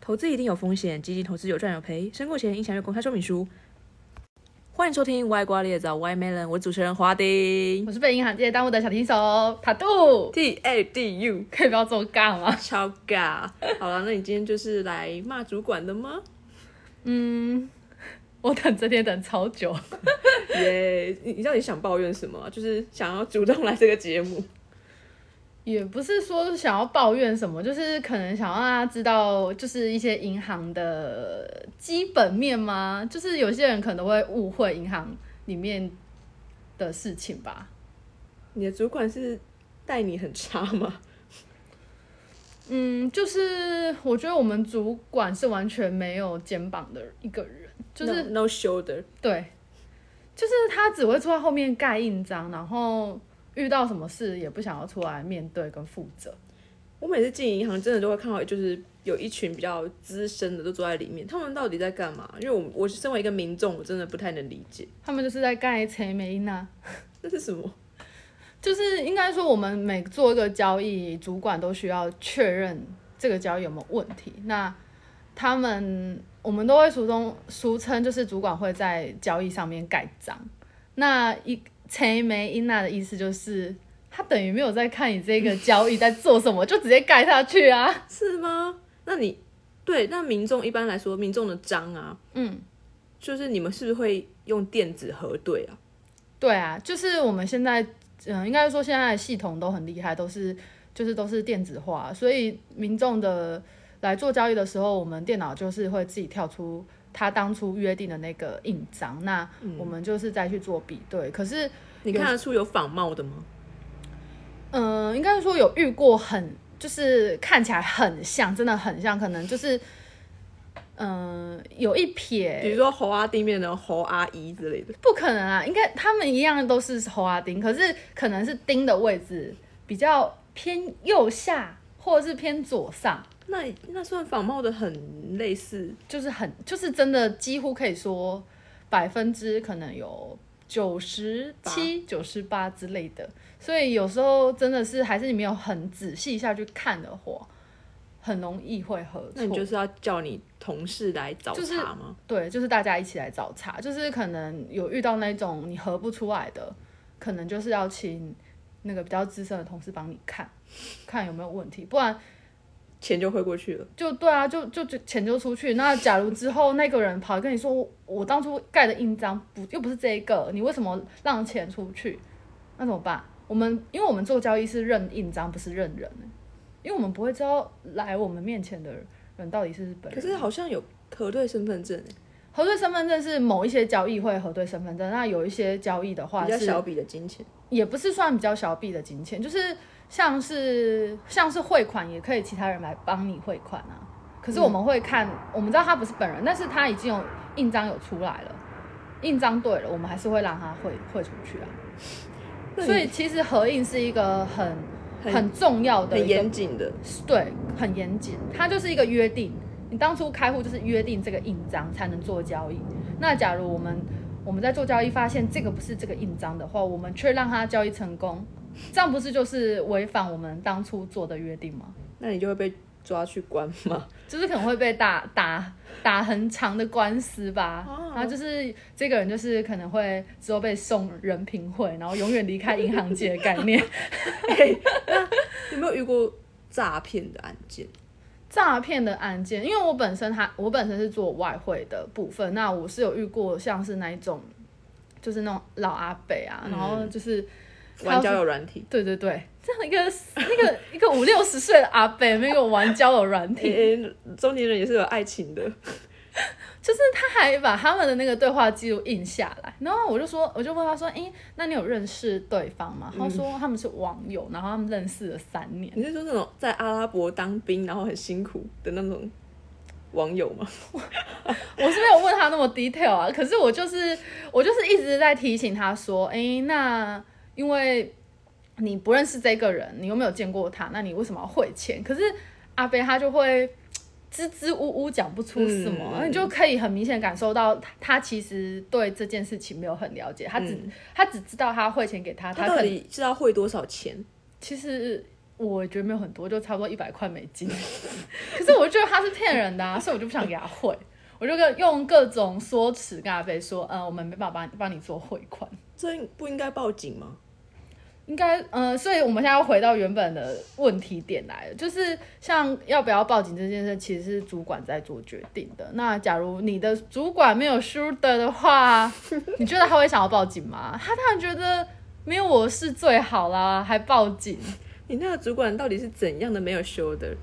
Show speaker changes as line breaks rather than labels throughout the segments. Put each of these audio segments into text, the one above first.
投资一定有风险，基金投资有赚有赔，申购前应详阅公开说明书。欢迎收听《歪瓜裂枣 Why Melon》，我是主持人华丁
我是被银行界耽误的小提手塔杜，
T A D U，
可以不要这么尬吗？
超尬。好了，那你今天就是来骂主管的吗？
嗯我等这天等超久，
耶、你你到底想抱怨什么啊？就是想要主动来这个节目。
也不是说想要抱怨什么，就是可能想让大家知道，就是一些银行的基本面吗？就是有些人可能会误会银行里面的事情吧。
你的主管是待你很差吗？
嗯，就是我觉得我们主管是完全没有肩膀的一个人，就是
no, no shoulder。
对，就是他只会坐在后面盖印章，然后遇到什么事也不想要出来面对跟负责。
我每次进银行，真的都会看到，就是有一群比较资深的都坐在里面，他们到底在干嘛？因为我我身为一个民众，我真的不太能理解
他们就是在盖催美因啊，
这是什么。
就是应该说我们每做一个交易，主管都需要确认这个交易有没有问题。那他们我们都会俗中俗称，就是主管会在交易上面盖章。那一催美因娜的意思就是。他等于没有在看你这个交易在做什么，就直接盖下去啊。
是吗？那你对那民众一般来说，民众的章啊，
嗯，
就是你们是不是会用电子核对啊？
对啊，就是我们现在，嗯、应该说现在的系统都很厉害，都是就是都是电子化，所以民众的来做交易的时候，我们电脑就是会自己跳出他当初约定的那个印章，那我们就是再去做比对。可是，
你看得出有仿冒的吗？
嗯、应该说有遇过很就是看起来很像，真的很像，可能就是。嗯，有一撇，
比如说侯阿弟面的侯阿姨之类的，
不可能啊，应该他们一样都是侯阿丁，可是可能是丁的位置比较偏右下，或者是偏左上，
那那算仿冒的很类似。
就是很就是真的几乎可以说百分之可能有九十七、九十八之类的，所以有时候真的是还是你没有很仔细下去看的话，很容易会合错。
那你就是要叫你同事来找
就是
茬吗？
对，就是大家一起来找茬，就是可能有遇到那种你合不出来的，可能就是要请那个比较资深的同事帮你看，看有没有问题，不然
钱就汇过去了。
就对啊，就就就钱就出去。那假如之后那个人跑来跟你说，我我当初盖的印章不又不是这一个，你为什么让钱出去？那怎么办？我们因为我们做交易是认印章，不是认人，欸因为我们不会知道来我们面前的人到底是本
可
人。
是好像有核对身份证欸，
核对身份证是某一些交易会核对身份证，那有一些交易的话
比较
是
小笔的金钱。
也不是算比较小币的金钱，就是像是像是汇款也可以其他人来帮你汇款啊。可是我们会看，
嗯
我们知道他不是本人，但是他已经有印章有出来了，印章对了，我们还是会让他汇汇出去啊。
那你
所以其实合印是一个很
很
很重要的
很
一个
严谨的，
对，很严谨，它就是一个约定。你当初开户就是约定这个印章才能做交易。那假如我们我们在做交易发现这个不是这个印章的话，我们却让它交易成功，这样不是就是违反我们当初做的约定吗？
那你就会被抓去关吗？
就是可能会被打打打很长的官司吧。
哦
然后就是这个人就是可能会之后被送人品会，然后永远离开银行界的概念。
有没有遇过诈骗的案件？
诈骗的案件，因为我本身还我本身是做外汇的部分，那我是有遇过像是那一种，就是那种老阿伯啊，
嗯
然后就是
玩交友软 体？
对对对，这样一个那个一个五六十岁的阿伯，没有玩交友软体，
诶、诶哎中年人也是有爱情的，
就是他还把他们的那个对话记录印下来，然后我就说，我就问他说，诶、那你有认识对方吗？他说他们是网友，然后他们认识了三年。
你是说那种在阿拉伯当兵然后很辛苦的那种网友吗？
我是没有问他那么 detail 啊，可是我就是我就是一直在提醒他说，哎、那因为你不认识这个人，你又没有见过他，那你为什么要汇钱？可是阿贝他就会支支吾吾讲不出什么，
嗯
你就可以很明显感受到他他其实对这件事情没有很了解，他只、他只知道他汇钱给他，
嗯他
可
到
能
底是要汇多少钱？
其实我觉得没有很多，就差不多一百块美金。 可是我觉得他是骗人的、啊，所以我就不想给他汇，我就跟用各种说辞跟阿飞说，呃，我们没办法帮帮你做汇款。
这不应该报警吗？
应该，呃，所以我们现在要回到原本的问题点来了，就是像要不要报警这件事，其实是主管在做决定的。那假如你的主管没有 s h o o t e 的话，你觉得他会想要报警吗？他当然觉得没有我是最好啦，还报警。
你那个主管到底是怎样的没有修的？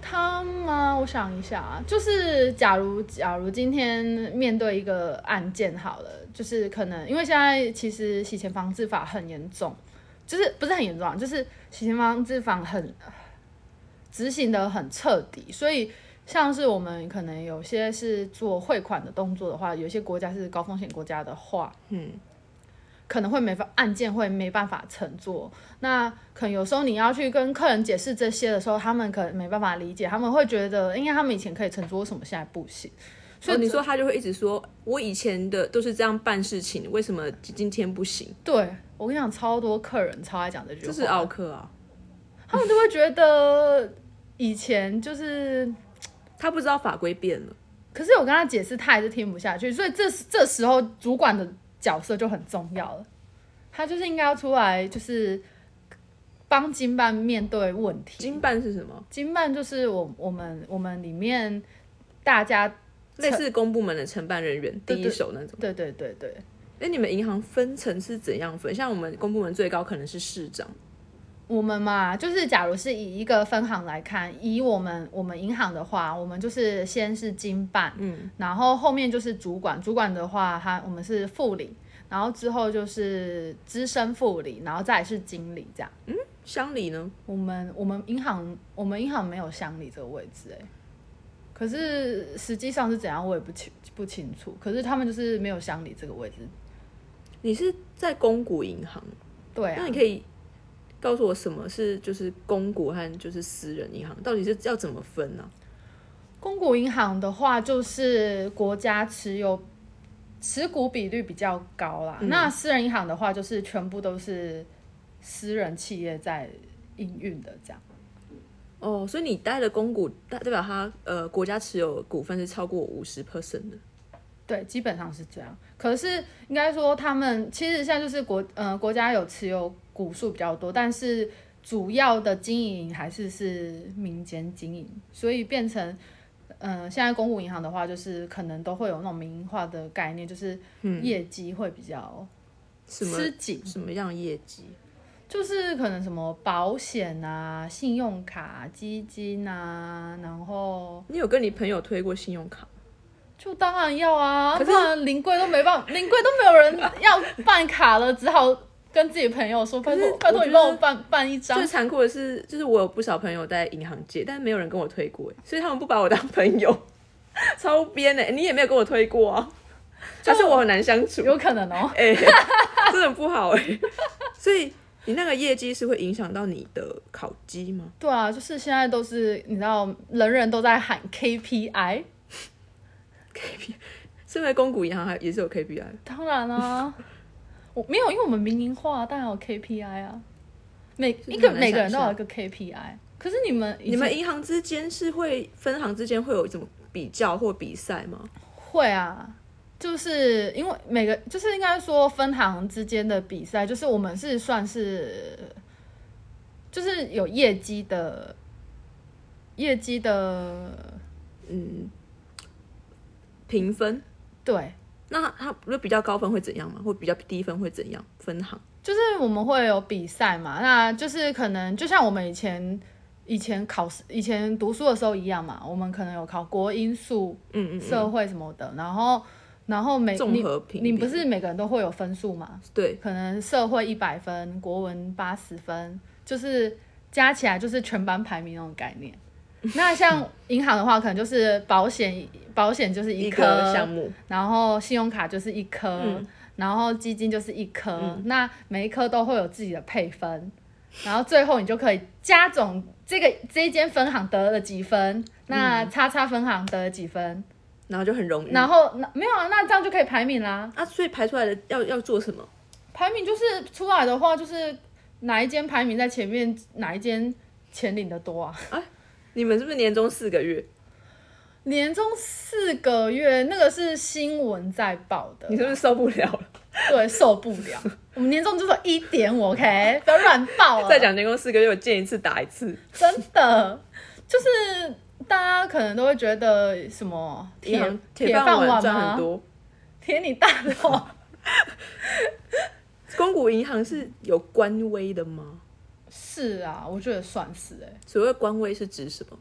他吗？我想一下啊，就是假如假如今天面对一个案件好了，就是可能因为现在其实洗钱防治法很严重，就是不是很严重啊，就是洗钱防治法很呃执行的很彻底，所以像是我们可能有些是做汇款的动作的话，有些国家是高风险国家的话，
嗯，
可能会没法案件会没办法乘坐，那可能有时候你要去跟客人解释这些的时候，他们可能没办法理解，他们会觉得，因为他们以前可以乘坐，为什么现在不行？
所以哦你说他就会一直说，我以前的都是这样办事情，为什么今天不行？
对我跟你讲，超多客人超爱讲这句话，
这是奥克啊，
他们就会觉得以前就是，
他不知道法规变了。
可是我跟他解释，他还是听不下去，所以这这时候主管的角色就很重要了，他就是应该要出来，就是帮经办面对问题。
经办是什么？
经办就是我我们我们里面大家
类似公部门的承办人员第
对
一手那种。
对对对对，
哎，你们银行分层是怎样分？像我们公部门最高可能是市长，
我们嘛，就是假如是以一个分行来看，以我们我们银行的话，我们就是先是经办，嗯，然后后面就是主管，主管的话，他我们是副理，然后之后就是资深副理，然后再来是经理这样。
乡里呢？
我们我们银行我们银行没有乡里这个位置哎、可是实际上是怎样我也不清不清楚，可是他们就是没有乡里这个位置，
你是在公股银行，
对啊
那你，可以告诉我什么是就是公股和就是私人银行，到底是要怎么分呢、
公股银行的话，就是国家持有持股比率比较高啦。那私人银行的话，就是全部都是私人企业在营运的这样。
哦，所以你待的公股代代表它呃国家持有股份是超过五十 percent 的，
对，基本上是这样。可是应该说，他们其实现在就是国呃国家有持有股数比较多，但是主要的经营还是是民间经营，所以变成呃现在公股银行的话，就是可能都会有那种民营化的概念，就是业绩会比较
什么
吃紧，
什么样的业绩？
就是可能什么保险啊、信用卡啊、基金啊，然后
你有跟你朋友推过信用卡？
就当然要啊，
可是
不然临柜都没办法，临柜都没有人要办卡了，只好跟自己朋友说，拜
可是
托拜
我
托
觉
你
得
帮我办办一张
最。残酷的是，就是我有不少朋友在银行界，但是没有人跟我推过，欸所以他们不把我当朋友， 超编的、欸你也没有跟我推过啊，但是我很难相处，
有可能哦，
哎、真的不好哎、所以你那个业绩是会影响到你的考绩吗？
对啊，就是现在都是你知道，人人都在喊 KPI，
身为公股银行还也是有啊 KPI，
当然啦、我没有，因为我们民营化，当然有 KPI 啊，每
这
一
个
个
很难
每个人都
想
有一个 KPI，可是你们以
你们
前
银行之间是会分行之间会有什么比较或比赛吗？
会啊，就是因为每个就是应该说分行之间的比赛，就是我们是算是就是有业绩的业绩的
嗯，评分，
对，
那他如果比较高分会怎样吗？或比较低分会怎样？分行。
就是我们会有比赛嘛，那就是可能就像我们以前以前考试以前读书的时候一样嘛，我们可能有考国英数、
嗯嗯
社会什么的，然后然后每
综
你
合评
哎你
比
不是每个人都会有分数嘛？
对，
可能社会一百分，国文八十分，就是加起来就是全班排名那种概念。那像银行的话，可能就是保险，保险就是一
个
科
项，目。嗯
然后信用卡就是一科，然后基金就是一科。那每一科都会有自己的配分，然后最后你就可以加总这个这一间分行得了几分，那
嗯
叉叉分行得了几分，
然后就很容易。
然后那没有啊，那这样就可以排名啦。
啊，所以排出来的要要做什么？
排名就是出来的话，就是哪一间排名在前面，哪一间钱领的多啊？
你们是不是年终四个月？
年终四个月，那个是新闻在报 的
你，是不是受不了了？
对，受不了。我们年终就说一点五，OK，不要 乱报了。
再讲年终四个月，我见一次打一次，
真的，就是大家可能都会觉得什么铁
银行
铁
铁饭
饭
碗
碗
赚很
吗？
多。
铁你大头，
公股银行是有官微的吗？
是啊，我觉得算是哎、
所谓官微是指什么？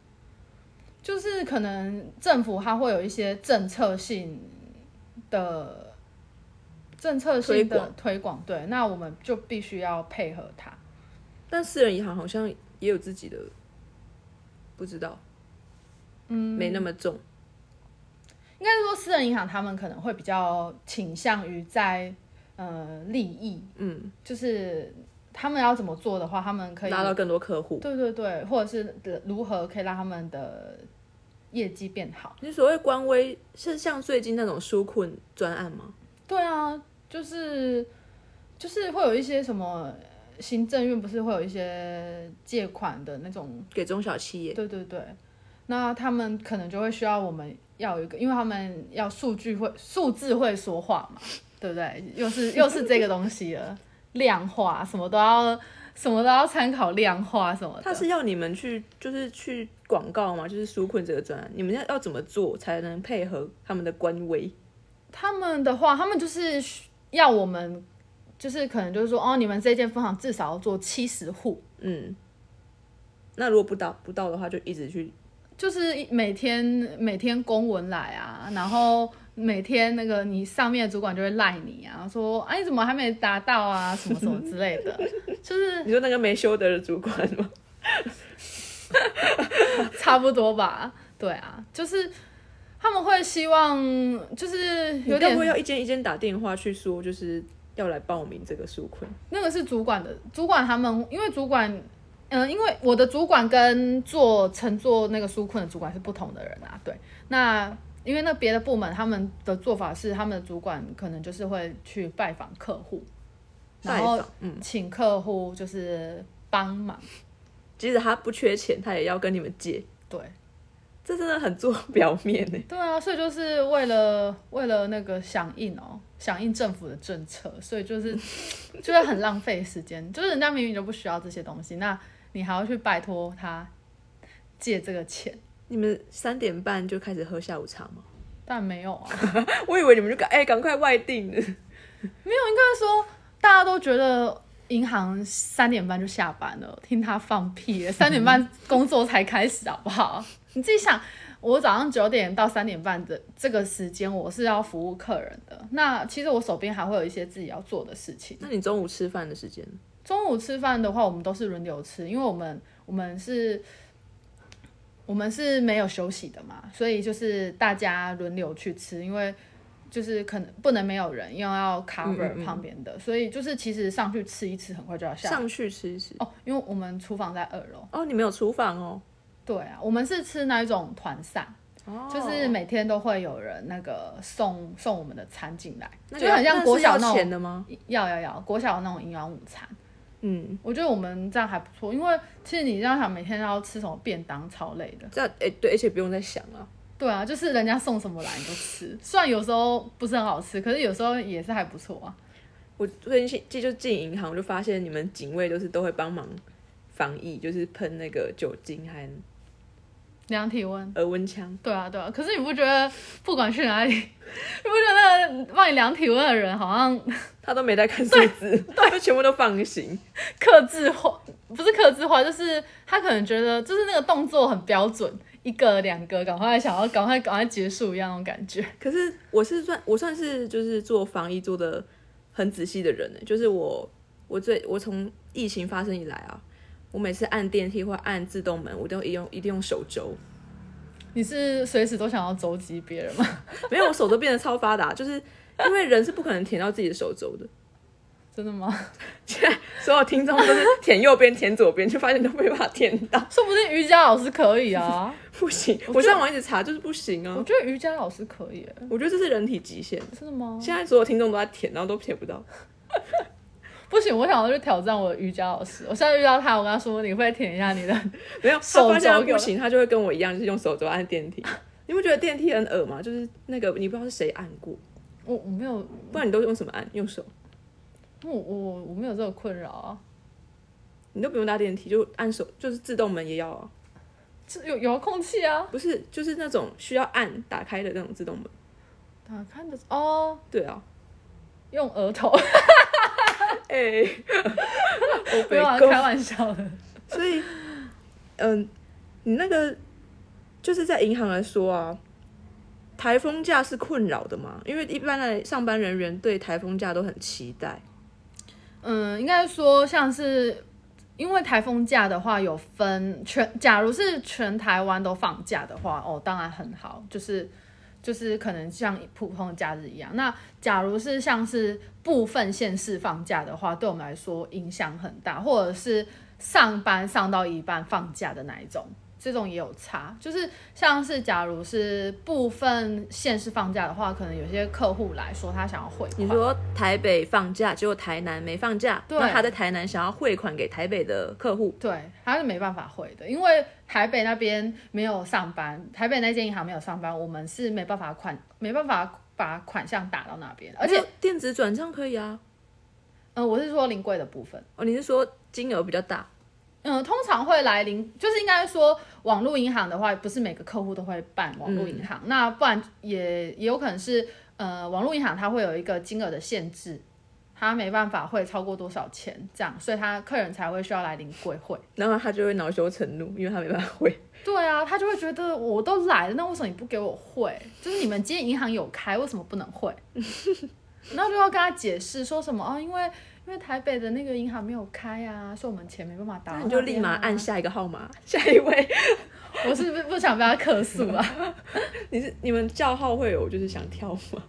就是可能政府它会有一些政策性的政策性
推
的
广
推广，对，那我们就必须要配合它。
但私人银行好像也有自己的，不知道，嗯，没那么重。
应该是说，私人银行他们可能会比较倾向于在呃利益，
嗯，
就是他们要怎么做的话，他们可以
拉到更多客户。
对对对，或者是呃如何可以让他们的业绩变好？
你所谓官微是像最近那种纾困专案吗？
对啊，就是就是会有一些什么行政院不是会有一些借款的那种，
给中小企业，
对对对，那他们可能就会需要我们要有一个，因为他们要数据会数字会说话嘛，对不对？又是又是这个东西了，量化什么都要什么都要参考量化什么的。
他是要你们去就是去广告吗？就是纾困这个专案，你们要要怎么做才能配合他们的官微？
他们的话，他们就是需要我们，就是可能就是说，哦，你们这间分行至少要做七十户，
嗯，那如果不到不到的话，就一直去
就是每天每天公文来啊，然后每天那个你上面的主管就会赖你啊，说啊你怎么还没达到啊，什么什么之类的， 就 是
你说那个没修的主管 吗？
差不多吧，对啊，就是他们会希望就是
你
有
该
点
不会要一间一间打电话去说，就是要来报名这个纾困？
那个是主管的，主管他们因为主管，嗯、因为我的主管跟做乘坐那个纾困的主管是不同的人啊，对，那。因为那别的部门他们的做法是，他们的主管可能就是会去拜访客户，然
拜
后
访，嗯，
请客户就是帮忙，
即使他不缺钱，他也要跟你们借，
对
这真的很做表面欸呢。
对啊，所以就是为了为了那个响应哦，响应政府的政策，所以就是 就会很浪费时间。就是人家明明就不需要这些东西，那你还要去拜托他借这个钱，
你们三点半就开始喝下午茶吗？
但没有啊。
我以为你们就赶哎赶快外订了，
就是说大家都觉得银行三点半就下班了，听他放屁，三点半工作才开始，好不好？你自己想，我早上九点到三点半的这个时间，我是要服务客人的。那其实我手边还会有一些自己要做的事情。
那你中午吃饭的时间 呢？
中午吃饭的话，我们都是轮流吃，因为我们我们是。我们是没有休息的嘛，所以就是大家轮流去吃，因为就是可能不能没有人，因为要
嗯嗯
cover
嗯
旁边的，所以就是其实上去吃一吃，很快就要下来。
上去吃一吃。
哦，因为我们厨房在二楼。
哦，你们有厨房哦，
对啊，我们是吃那一种团膳，
哦
就是每天都会有人那个送送我们的餐进来，
那
就
个
很像国小
那是
那
要钱
种
的吗？
要要要国小那种营养午餐。
嗯，
我觉得我们这样还不错，因为其实你这样想，每天要吃什么便当超累的。
这样哎、对，而且不用再想啊。
对啊，就是人家送什么来你就吃，虽然有时候不是很好吃，可是有时候也是还不错啊。
我最近这就进银行，我就发现你们警卫就是都会帮忙防疫，就是喷那个酒精和
量体温，
额温枪。
对啊对啊，可是你不觉得不管去哪里， 你不觉得那个帮你量体温的人好像
他都没在看数字，就全部都放行。
克制化，不是克制化，就是他可能觉得就是那个动作很标准，一个两个，赶快想要赶快赶快结束一样那种感觉。
可是我是算我算是就是做防疫做的很仔细的人呢，就是我我最我从疫情发生以来啊，我每次按电梯或按自动门，我都一定用一定用手肘，
你是随时都想要肘击别人吗？
没有我手肘变得超发达， 就是因为人是不可能舔到自己的手肘的。
真的吗？
现在所有听众都是舔右边舔左边，就发现都没办法舔到，
说不定瑜伽老师可以啊，
不行。
我
我
觉得
上网一直查就是不行
我
啊，
觉得瑜伽老师可以耶，
我觉得这是人体极限。
真的吗？
现在所有听众都在舔，然后都舔不到。
不行，我想要去挑战我的瑜伽老师。我现在遇到他，我跟他说你会舔一下你的，
没有，他
手
发现他
肘
不
给我
行，他就会跟我一样，就是用手肘按电梯。你不觉得电梯很恶吗？就是那个你不知道是谁按过，
我我没有，
不然你都用什么按？用手，
我我我没有这个困扰啊。
你都不用搭电梯，就按手，就是自动门也要啊。
这有遥控器啊，
不是，就是那种需要按打开的那种自动门。
打开的哦，
对啊，
用额头，
哎、 我
没有啊，
被
开玩笑的。
所以，嗯，你那个就是在银行来说啊，台风假是困扰的嘛，因为一般来上班人员对台风假都很期待。
嗯，应该说像是因为台风假的话，有分全，假如是全台湾都放假的话，哦，当然很好，就是就是可能像普通的假日一样。那假如是像是部分县市放假的话，对我们来说影响很大，或者是上班上到一半放假的那一种。这种也有差，就是像是假如是部分县市放假的话，可能有些客户来说他想要汇款，
你说台北放假，结果台南没放假，
对
那他在台南想要汇款给台北的客户，
对，他是没办法汇的，因为台北那边没有上班，台北那间银行没有上班，我们是没办法款，没办法把款项打到那边的。而且
没，有电子转账可以啊。
嗯，我是说临柜的部分，
哦，你是说金额比较大？
嗯，通常会来临，就是应该说网络银行的话，不是每个客户都会办网络银行，那不然也也有可能是呃，网络银行它会有一个金额的限制，它没办法汇超过多少钱这样，所以他客人才会需要来临柜汇。
然后他就会恼羞成怒，因为他没办法汇。
对啊，他就会觉得我都来了，那为什么你不给我汇？就是你们今天银行有开，为什么不能汇？ 然后就要跟他解释说什么哦，因为因为台北的那个银行没有开啊，所以我们钱没办 法打、
那你就立马按。下一个号码， 下一位。
啊 我是不是不想被他客诉啊？
你是你们叫号会有就是想跳吗？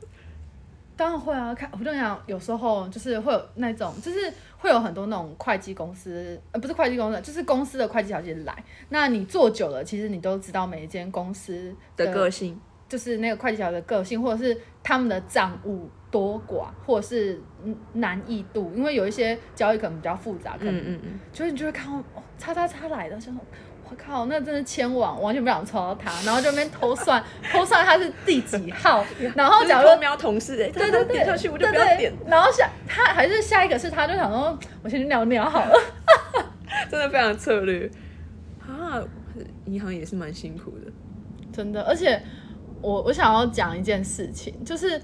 当然会啊，看我跟你讲，有时候就是会有那种，就是会有很多那种会计公司，呃，不是会计公司，就是公司的会计小姐来。那你做久了，其实你都知道每一间公司
的个性，
就是那个会计小姐的个性，或者是他们的账务多寡，或者是嗯难易度，因为有一些交易可能比较复杂，可能、
嗯嗯，
就是你就会看到哦，叉叉叉来的，想说我靠，那真是千万，我完全不想抽到他，然后就在那边偷算， 偷算他是第几号，然后假
就
如
是偷瞄同事哎、欸，
对
他
对
他
对，
点下去我就
对
不要点，
对然后下他还是下一个是他就想说，我先去尿尿好了。
真的非常策略啊。银行也是蛮辛苦的，
真的，而且我我想要讲一件事情，就是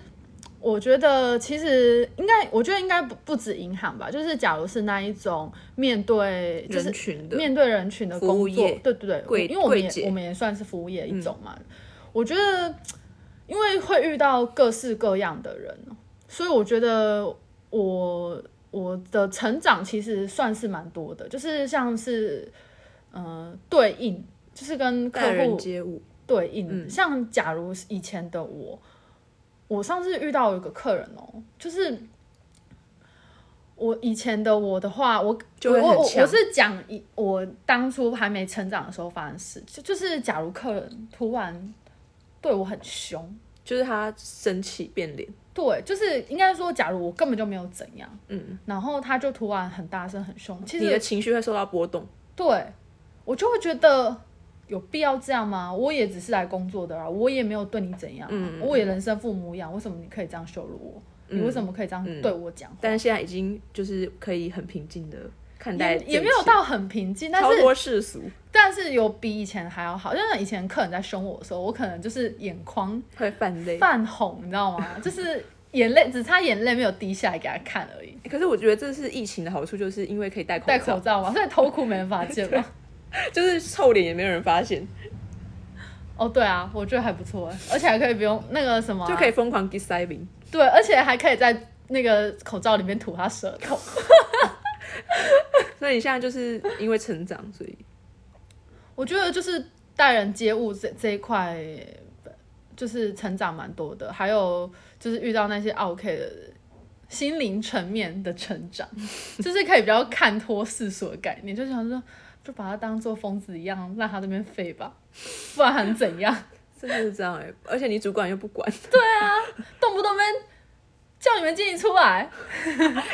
我觉得其实应该，我觉得应该不不止银行吧，就是假如是那一种面对就是
人群的
面对人群的
服务
工作
业，
对对对，我
柜
因为我们
柜姐嗯
也我们也算是服务业一种嘛，我觉得因为会遇到各式各样的人，哦所以我觉得我我的成长其实算是蛮多的，就是像是呃对应。就是跟客
待人
户
接物，
对应。
嗯
像假如以前的我，我上次遇到有一个客人哦、就是我以前的我的话，我
就会
我我
很
我
强
是讲以我当初还没成长的时候发生的事，就就是假如客人突然对我很凶，
就是他生气变脸，
对，就是应该说，假如我根本就没有怎样，
嗯，
然后他就突然很大声很凶，其
你
实
的情绪会受到波动，
对我就会觉得有必要这样吗？我也只是来工作的啊，我也没有对你怎样、啊，
嗯
我也人生父母养，为什么你可以这样羞辱我？你为什么可以这样
嗯
对我讲话？
但是现在已经就是可以很平静的看待
也
这一切，
也没有到很平静，但
超
是
脱世俗，
但是有比以前还要好。就像以前客人在凶我的时候，我可能就是眼眶
会泛泪。
泛红，你知道吗？就是眼泪只差眼泪没有滴下来给他看而已。
可是我觉得这是疫情的好处，就是因为可以戴口
戴
罩，
口罩嘛，所以偷哭没人发现嘛。
就是臭脸也没有人发现，
哦，对啊，我觉得还不错哎，而且还可以不用那个什么啊、
就可以疯狂 g i s i v i n
对，而且还可以在那个口罩里面吐他舌头。
所以你现在就是因为成长，所以
我觉得就是待人接物这这一块，就是成长蛮多的，还有就是遇到那些 OK 的心灵层面的成长，就是可以比较看脱世俗的概念，就想说就把他当做疯子一样，让他这边飞吧，不然还能怎样？
欸真的是这样哎、而且你主管又不管，
动不动被。叫你们经理出来。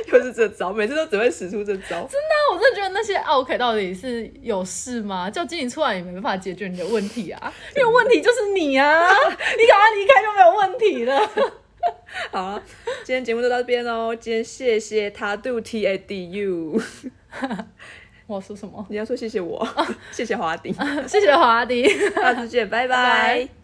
又是这招，每次都只会使出这招。
那我真的觉得那些 OK 到底是有事吗？叫经理出来也没办法解决你的问题啊，因为问题就是你啊， 你赶快离开就没有问题了。
好了，今天节目就到这边喽。今天谢谢他 do t a d u，
我说什么？ 哦
你要说谢谢我，谢谢华鼎，
谢谢华迪。
下次见，拜
拜
拜
拜。